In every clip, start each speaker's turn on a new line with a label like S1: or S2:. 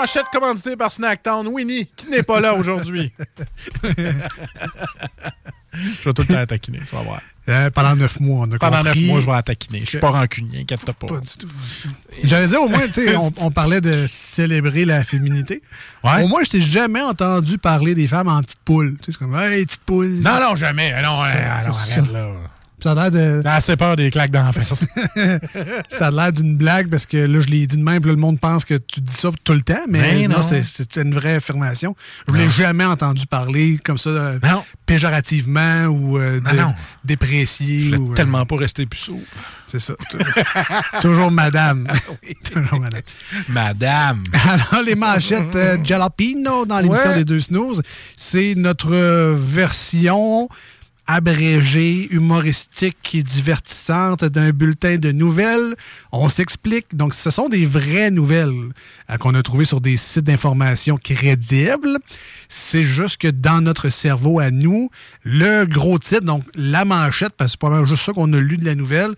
S1: Pochette commanditée par Snacktown, Winnie, qui n'est pas là aujourd'hui. je vais tout le temps attaquiner, tu vas voir.
S2: Euh, pendant neuf mois, on a
S1: Pendant neuf
S2: compris.
S1: mois, je vais attaquiner. Je suis pas rancunier, inquiète pas.
S2: Pas du tout. J'allais dire, au moins, tu sais, on, on parlait de célébrer la féminité.
S1: Ouais.
S2: Au moins, je t'ai jamais entendu parler des femmes en petites poules. Tu sais, c'est comme, hey, petite poule.
S1: Non, non, jamais. Non,
S2: C'est
S1: euh, non,
S2: ça.
S1: arrête, là.
S2: Ça a l'air de-
S1: J'ai assez peur des claques d'en face.
S2: ça a l'air d'une blague parce que là, je l'ai dit de même, puis là, le monde pense que tu dis ça tout le temps, mais,
S1: Mais
S2: non,
S1: non.
S2: c'est- c'est une vraie affirmation. Je l'ai
S1: Non.
S2: jamais entendu parler comme ça, euh,
S1: Non.
S2: péjorativement ou euh,
S1: Non,
S2: dé-
S1: non. Je
S2: déprécié.
S1: vais
S2: ou, euh,
S1: tellement pas rester puceau.
S2: C'est ça. Toujours madame. Toujours madame.
S1: Madame.
S2: Alors, les manchettes euh, Jalapino dans l'émission
S1: Ouais.
S2: des deux snooze, c'est notre euh, version abrégée, humoristique et divertissante d'un bulletin de nouvelles. On s'explique. Donc, ce sont des vraies nouvelles euh, qu'on a trouvées sur des sites d'information crédibles. C'est juste que dans notre cerveau à nous, le gros titre, donc la manchette, parce que c'est probablement juste ça qu'on a lu de la nouvelle,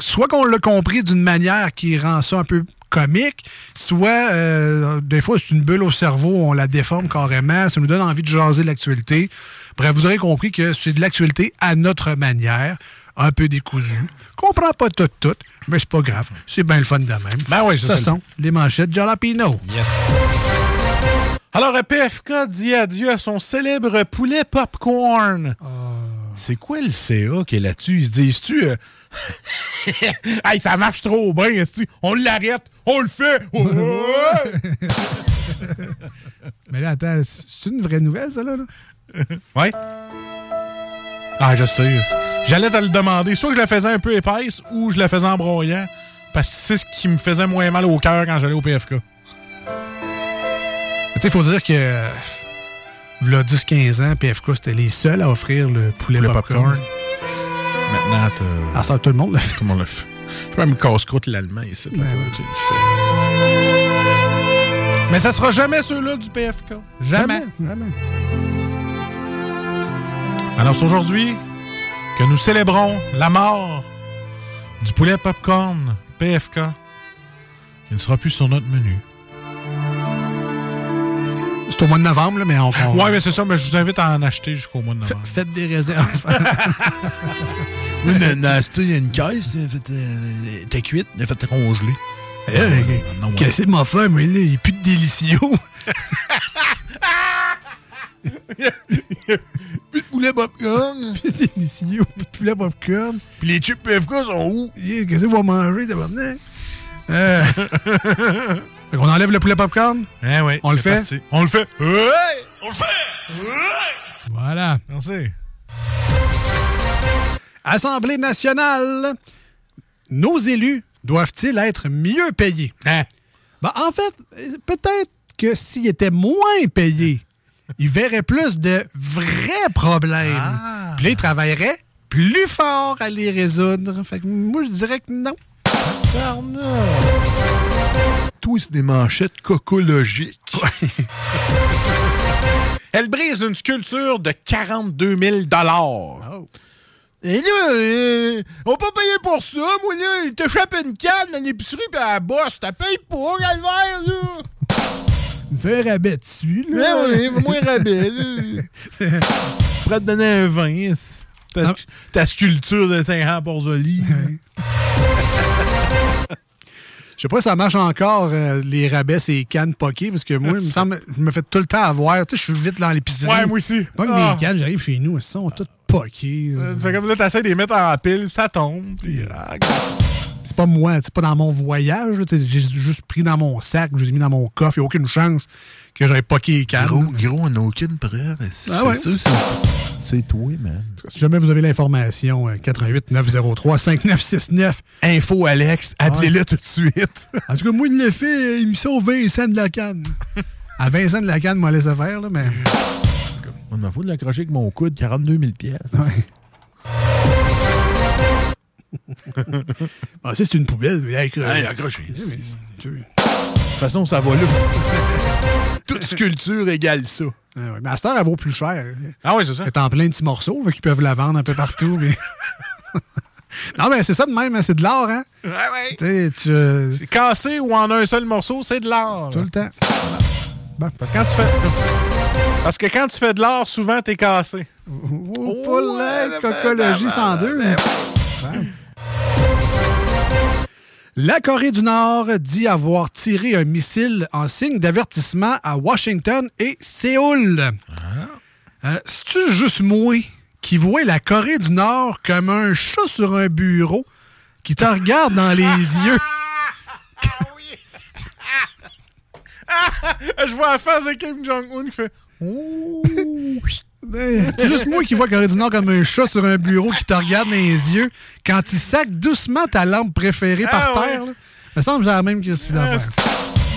S2: soit qu'on l'a compris d'une manière qui rend ça un peu comique, soit euh, des fois c'est une bulle au cerveau, on la déforme carrément, ça nous donne envie de jaser de l'actualité. Bref, vous aurez compris que c'est de l'actualité à notre manière, un peu décousue. Comprends pas tout tout, mais c'est pas grave, c'est bien le fun de même.
S1: Ben oui, c'est
S2: ce
S1: ça.
S2: sont les manchettes Jalapino.
S1: Yes. Alors, euh, PFK dit adieu à son célèbre poulet popcorn. C'est quoi le CA qui est là-dessus? Ils se disent-tu... euh, hey, ça marche trop bien, esti. on l'arrête, on le fait. Ouais.
S2: Mais là attends, c'est une vraie nouvelle ça là.
S1: ouais. Ah, je sais. J'allais te le demander. Soit que je la faisais un peu épaisse ou je la faisais en broyant. Parce que c'est ce qui me faisait moins mal au cœur quand j'allais au PFK.
S2: Tu sais, il faut dire que, euh, v'là 10-15 ans, PFK, c'était les seuls à offrir le poulet,
S1: Le
S2: popcorn.
S1: popcorn. Maintenant, t'as...
S2: À ça, tout le monde le fait.
S1: Tout le monde le fait. Je suis même casse-croûte l'allemand ici. là,
S2: Ouais,
S1: quand
S2: ouais.
S1: tu le fais. Mais ça sera jamais ceux-là du PFK. Jamais.
S2: Jamais.
S1: Alors c'est aujourd'hui que nous célébrons la mort du poulet popcorn PFK. Il ne sera plus sur notre menu.
S2: C'est au mois de novembre, là, mais on. on-
S1: Ouais, mais c'est ça, mais je vous invite à en acheter jusqu'au mois de
S2: F-
S1: novembre.
S2: Faites des réserves.
S3: Oui, mais dans la cité, il y a une caisse, là, fait, euh, t'es cuite, elle a fait congeler.
S1: Eh,
S2: Hey,
S3: non, ouais.
S2: Qu'est-ce que m'a fait, mais là, il n'y a plus de délicieux.
S3: Poulet popcorn.
S2: plus de délicieux, plus de poulet popcorn.
S3: Puis les chips PFK sont où?
S2: Yeah, Qu'est-ce qu'on va manger, d'abord? Euh... fait qu'on enlève le poulet popcorn.
S1: Eh oui,
S2: On le
S1: c'est
S2: fait?
S1: parti. On le fait. Ouais! On le fait.
S2: Voilà.
S1: Merci.
S2: Assemblée nationale. Nos élus doivent-ils être mieux payés?
S1: Hein?
S2: Ben, en fait, peut-être que s'ils étaient moins payés, ils verraient plus de vrais problèmes.
S1: Ah.
S2: Puis là, ils travailleraient plus fort à les résoudre. Fait que moi, je dirais que non.
S3: Tout, c'est des manchettes cocologiques.
S1: Elle brise une sculpture de 42 000
S3: Oh. Et là, euh, on peut payer pour ça, moi, là. Il t'échappe une canne dans l'épicerie, pis à la bosse, t'as payé pour, Galvert, là.
S2: Verre abattu, là.
S3: Ouais, oui, moins rabais, là. Prêt à te donner un 20, ta, ta sculpture de Saint-Jean Porzoli.
S2: Je sais pas si ça marche encore, euh, les rabais, ces cannes poquées, parce que moi, il me semble, je me fais tout le temps avoir. Tu sais, je suis vite dans l'épicerie.
S1: Ouais, moi aussi.
S2: Pas que
S1: Ah.
S2: des cannes, j'arrive chez nous, elles sont toutes poquées.
S1: Euh, Tu fais comme là, t'essaies de les mettre en pile, puis ça tombe. puis-
S2: C'est pas moi, c'est pas dans mon voyage. là, tu sais, J'ai juste pris dans mon sac, je les ai mis dans mon coffre. Il n'y a aucune chance que j'aille poqué les cannes.
S3: Gros, gros, on n'a aucune preuve.
S2: Ah ouais?
S3: C'est sûr, c'est- c'est toi, man.
S2: Si jamais vous avez l'information, euh, 88 903 5969.
S3: Info Alex, appelez-le tout de suite.
S2: Ah En tout cas, moi, il l'a fait, euh, émission Vincent de la Canne. À Vincent de la Canne, m'a laissé faire, là, mais.
S3: On m'a foutu de l'accrocher avec mon coude, 42 000 pièces.
S2: Ah, ça, c'est une poubelle, mais là, avec, euh,
S3: accroché. De
S2: mais- tu veux.
S3: toute façon, ça va là. Toute sculpture égale ça.
S2: Ah ouais, mais à cette heure, elle vaut plus cher.
S1: Ah oui, c'est ça.
S2: Elle est en plein de petits morceaux, fait qu'ils peuvent la vendre un peu partout. mais- Non, mais c'est ça de même, hein, c'est de l'art, hein?
S1: Ouais,
S3: Ah
S1: ouais.
S2: Tu sais, tu. euh,
S1: C'est Cassé ou en un seul morceau, c'est de l'art.
S2: tout le temps. Bon,
S1: Fait que Quand tu fais... Parce que quand tu fais de l'art, souvent, t'es cassé.
S2: oh, pas la cocologie 102. Bon. La Corée du Nord dit avoir tiré un missile en signe d'avertissement à Washington et Séoul. Euh, C'est-tu juste moi qui vois la Corée du Nord comme un chat sur un bureau qui te regarde dans les yeux?
S1: Je vois la face de Kim Jong-un qui fait... Ouh.
S2: C'est juste moi qui vois Corée du Nord comme un chat sur un bureau qui te regarde dans les yeux quand il sac doucement ta lampe préférée
S1: Ah
S2: par
S1: ouais.
S2: terre. là. Il me semble que j'ai la même que c'est
S1: Ah,
S2: d'affaire.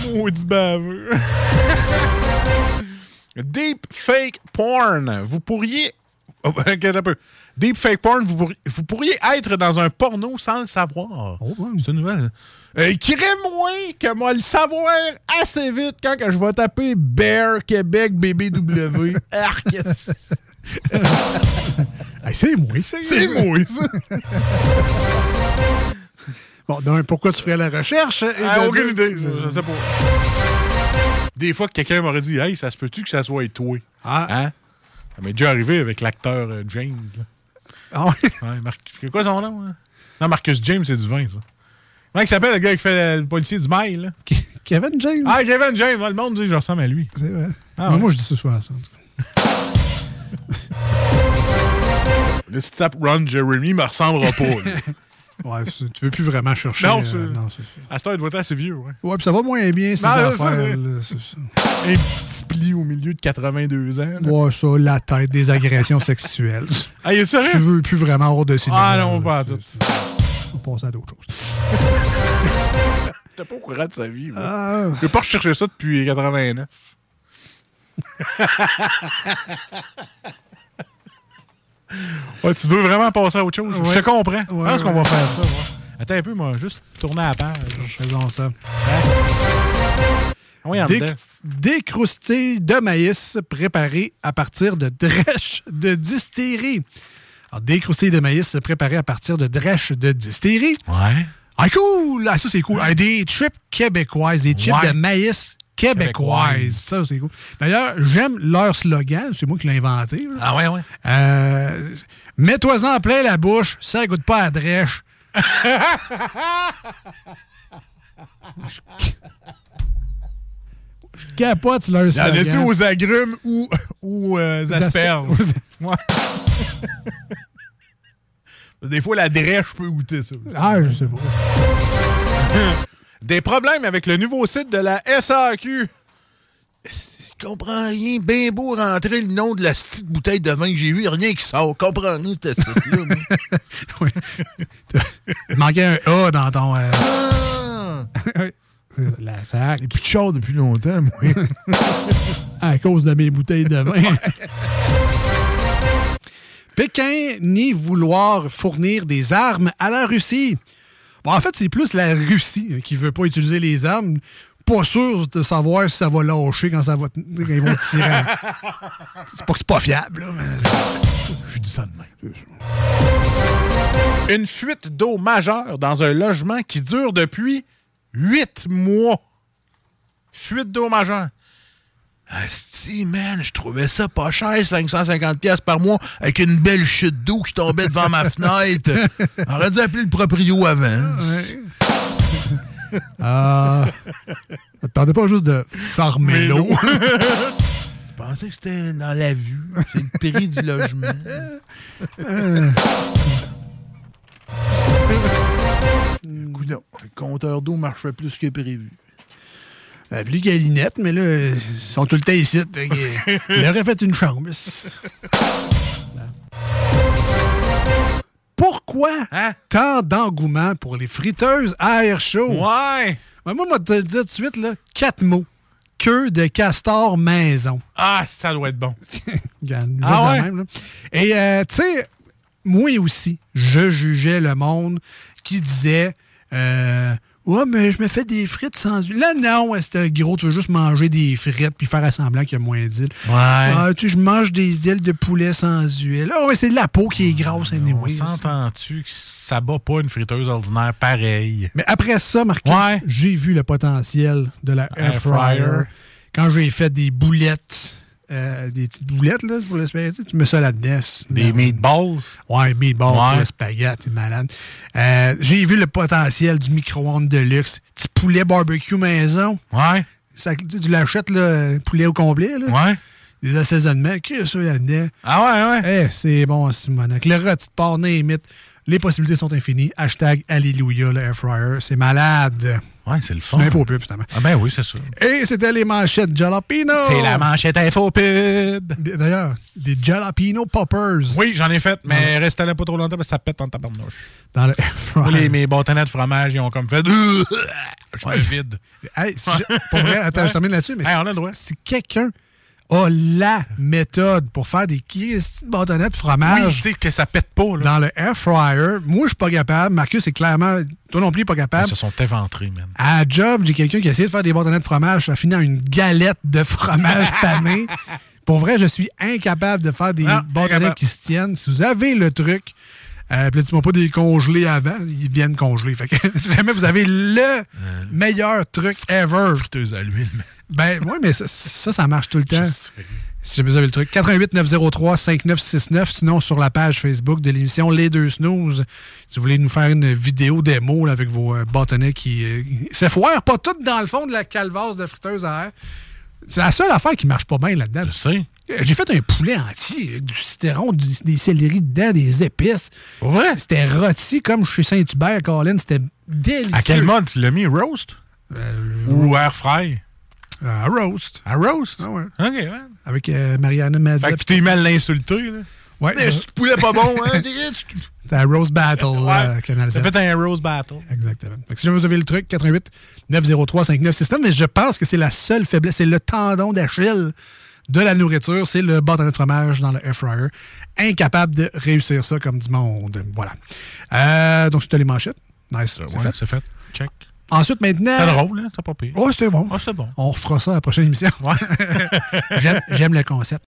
S1: c'est- Maudit baveux. Deep fake porn. Vous pourriez. Oh, ok, un peu. Deep fake porn, vous pourriez, vous pourriez être dans un porno sans le savoir.
S2: Oh, ouais.
S1: C'est une nouvelle. Euh, qui rime moins que moi le savoir assez vite quand que je vais taper Bear Québec BBW. Arc.
S2: Hey, c'est moi, c'est
S1: C'est moi, ça.
S2: Bon, d'un, pourquoi tu ferais la recherche? Et
S1: Ah,
S2: de
S1: aucune
S2: deux-
S1: idée. Je- je sais pas. Des fois que quelqu'un m'aurait dit Hey, ça se peut-tu que ça soit toi?
S2: Ah,
S1: Hein? Ça m'est déjà arrivé avec l'acteur euh, James. là.
S2: ah ouais.
S1: Ouais, Mar- C'est quoi son nom? hein? Non, Marcus James, c'est du vin, ça. Comment il s'appelle le gars qui fait le, le policier du mail? là?
S2: Ke- Kevin James.
S1: Ah, Kevin James, ouais, le monde dit que je ressemble à lui.
S2: C'est vrai.
S1: Ah
S2: Mais
S1: ouais.
S2: Moi, je dis ça souvent, ça. en tout cas.
S1: Le petit tap Ron Jeremy me ressemblera pas. lui.
S2: Ouais, c'est- tu veux plus vraiment chercher.
S1: Non,
S2: euh,
S1: c'est-
S2: non, c'est-
S1: À cette heure, il doit être assez vieux. Ouais.
S2: Ouais, puis ça va moins bien, ces
S1: Non, c'est ça,
S2: affaires.
S1: c'est-
S2: là, c'est ça.
S1: Un petit pli au milieu de 82 ans. là.
S2: Ouais, ça, la tête, des agressions sexuelles.
S1: Ah, il est
S2: tu
S1: sérieux?
S2: veux plus vraiment avoir de cinéma.
S1: Ah non,
S2: là,
S1: pas à
S2: c'est-
S1: tout.
S2: On va passer à d'autres choses.
S1: T'es pas au courant de sa vie. moi.
S2: Ah,
S1: Je vais pas rechercher ça depuis 80 ans. ouais, tu veux vraiment passer à autre chose?
S2: Ouais.
S1: Je te comprends. Je
S2: Ouais,
S1: pense qu'on
S2: ouais.
S1: va faire ça. ouais. Attends un peu, moi, juste tourner à la page.
S2: faisons ça.
S1: Ah Oui, en
S2: Des,
S1: dedans.
S2: des croustilles de maïs préparées à partir de drèches de distillerie. Alors, des croustilles de maïs préparées à partir de drèches de distillerie.
S1: Ouais.
S2: Ah, cool! Ah, ça, c'est cool. Ah, des chips québécoises, des chips
S1: Ouais.
S2: de maïs
S1: Québécoises.
S2: québécoises. Ça, c'est cool. D'ailleurs, j'aime leur slogan. C'est moi qui l'ai inventé. là.
S1: Ah ouais, ouais.
S2: Euh, Mets-toi-en plein la bouche, ça goûte pas à drèche. Je capote sur leur
S1: Il y en
S2: slogan.
S1: a-tu aux agrumes ou ou, euh, aux asperges? Ouais. Des fois, la drèche peut goûter ça.
S2: Ah, je sais pas.
S1: Hmm. Des problèmes avec le nouveau site de la SAQ.
S3: Je comprends rien. Ben beau rentrer le nom de la petite bouteille de vin que j'ai vu, rien qui sort. Comprends-nous, cette là
S2: Oui. Il manquait un A dans ton... euh,
S1: Ah!
S2: la sac.
S1: Plus de char depuis longtemps, moi.
S2: à cause de mes bouteilles de vin. Pékin nie vouloir fournir des armes à la Russie. Bon, en fait, c'est plus la Russie hein, qui veut pas utiliser les armes. Pas sûr de savoir si ça va lâcher quand ça va t- quand ils vont tirer. c'est pas que c'est pas fiable, là, mais
S1: Je dis ça de même. Une fuite d'eau majeure dans un logement qui dure depuis huit mois. Fuite d'eau majeure.
S3: Si, man, je trouvais ça pas cher, 550 pièces par mois, avec une belle chute d'eau qui tombait devant ma fenêtre. On aurait dû appeler le proprio avant.
S2: Ah, euh, attendez pas juste de farmer l'eau.
S3: Je pensais que c'était dans la vue. C'est le prix du logement.
S2: Euh.
S3: Coudon, le compteur d'eau marchait plus que prévu.
S2: Euh, plus qu'à Linette, mais là, euh, ils sont tout le temps ici. fait que, euh, il aurait fait une chambre. Pourquoi
S1: Hein?
S2: tant d'engouement pour les friteuses à air chaud?
S1: Ouais!
S2: Ben, moi, moi, te le dire tout de suite, là, quatre mots. Queue de castor maison.
S1: Ah, ça doit être bon.
S2: Regarde, juste
S1: Ah
S2: de
S1: ouais?
S2: même, là. Et, euh, tu sais, moi aussi, je jugeais le monde qui disait euh, Ouais, mais je me fais des frites sans huile. Là, non, ouais, c'était gros. Tu veux juste manger des frites puis faire à semblant qu'il y a moins d'huile.
S1: Ouais.
S2: Ah, tu sais, je mange des ailes de poulet sans huile. Ah, ouais, c'est de la peau qui est grasse,
S1: On
S2: anyway.
S1: s'entend-tu que ça bat pas une friteuse ordinaire pareille?
S2: Mais après ça, Marcus,
S1: Ouais.
S2: j'ai vu le potentiel de la air
S1: Air fryer.
S2: fryer. Quand j'ai fait des boulettes, euh, des petites boulettes là, pour le spaghetti, tu mets ça là-dedans.
S1: Des meatballs?
S2: Ouais, mais bon,
S1: Ouais.
S2: pour le spaghetti, t'es malade. Euh, j'ai vu le potentiel du micro-ondes de luxe. Petit poulet barbecue maison.
S1: Ouais.
S2: Ça, tu sais, tu l'achètes, le poulet au complet, là.
S1: Ouais.
S2: Des assaisonnements. Qu'est-ce que ça là-dedans?
S1: Ah ouais, ouais.
S2: Eh, c'est bon, Simonac. Le rôti de porc, limite. Les possibilités sont infinies. Hashtag Alléluia, le air fryer. C'est malade.
S1: Ouais, c'est le
S2: C'est
S1: fun.
S2: une info pub, finalement.
S1: Ah ben oui, c'est ça.
S2: Et c'était les manchettes Jalapino.
S1: C'est la manchette info pub.
S2: D'ailleurs, des Jalapino Poppers.
S1: Oui, j'en ai fait, mais restez là pas trop longtemps parce que ça pète en tabarnouche.
S2: Dans le air
S1: Moi,
S2: fryer.
S1: les, mes bâtonnets de fromage, ils ont comme fait. Je me vide.
S2: Hey, si je- pour vrai, attends, je termine là-dessus, mais
S1: Hey,
S2: si-
S1: on a le droit.
S2: si, quelqu'un a la méthode pour faire des crises de bâtonnets de
S1: Oui,
S2: fromage
S1: tu sais que ça pète pas, là.
S2: dans le air fryer, moi, je suis pas capable. Marcus est clairement, toi non plus, pas
S1: Ils
S2: capable.
S1: se sont éventrés, man.
S2: À la job, j'ai quelqu'un qui a essayé de faire des bâtonnets de fromage. Ça a fini en une galette de fromage pané. Pour vrai, je suis incapable de faire des
S1: Non,
S2: bâtonnets
S1: incapable.
S2: qui se tiennent. Si vous avez le truc, euh, puis là, dis-moi pas des congelés avant, ils deviennent congelés. Fait que si jamais vous avez le meilleur truc ever,
S1: Euh, Friteuse à l'huile, man.
S2: ben oui, mais ça, ça, ça marche tout le temps.
S1: Je sais.
S2: Si jamais vous avez le truc. 88 903 5969. Sinon, sur la page Facebook de l'émission Les Deux Snooze, si vous voulez nous faire une vidéo démo là, avec vos euh, bâtonnets qui euh, s'effoirent pas toutes dans le fond de la calvasse de friteuse à air. C'est la seule affaire qui marche pas bien là-dedans. Euh,
S1: Je sais.
S2: J'ai fait un poulet entier, euh, du citron, du- des céleri dedans, des épices.
S1: Ouais.
S2: C'était rôti comme chez Saint-Hubert, Colin. C'était délicieux.
S1: À quel mode tu l'as mis? Roast?
S2: Euh,
S1: Ou air fry?
S2: à roast.
S1: À roast?
S2: Ah ouais.
S1: OK, man.
S2: Avec euh, Mariana Madza.
S1: Fait que tu t'es mal l'insulté, là.
S2: Ouais,
S3: Eh,
S2: c'est
S3: ce poulet pas bon, hein? Tu-
S2: c'est la roast battle, euh,
S1: Ouais.
S2: Canal
S1: Ça
S2: Z.
S1: fait un roast battle.
S2: Exactement. Fait que si jamais vous avez le truc, 88 903 5969, mais je pense que c'est la seule faiblesse, c'est le tendon d'Achille de la nourriture, c'est le bâtonnet de fromage dans le air fryer. Incapable de réussir ça comme du monde. Voilà. Euh, donc, c'était les manchettes. Nice. c'est
S1: Ouais,
S2: fait.
S1: c'est fait. Check.
S2: Ensuite,
S1: C'est
S2: maintenant.
S1: drôle, hein? C'est pas pire.
S2: Oh, c'était bon.
S1: Ah, c'est bon.
S2: On refera ça à la prochaine émission.
S1: Ouais.
S2: J'aime- J'aime le concept.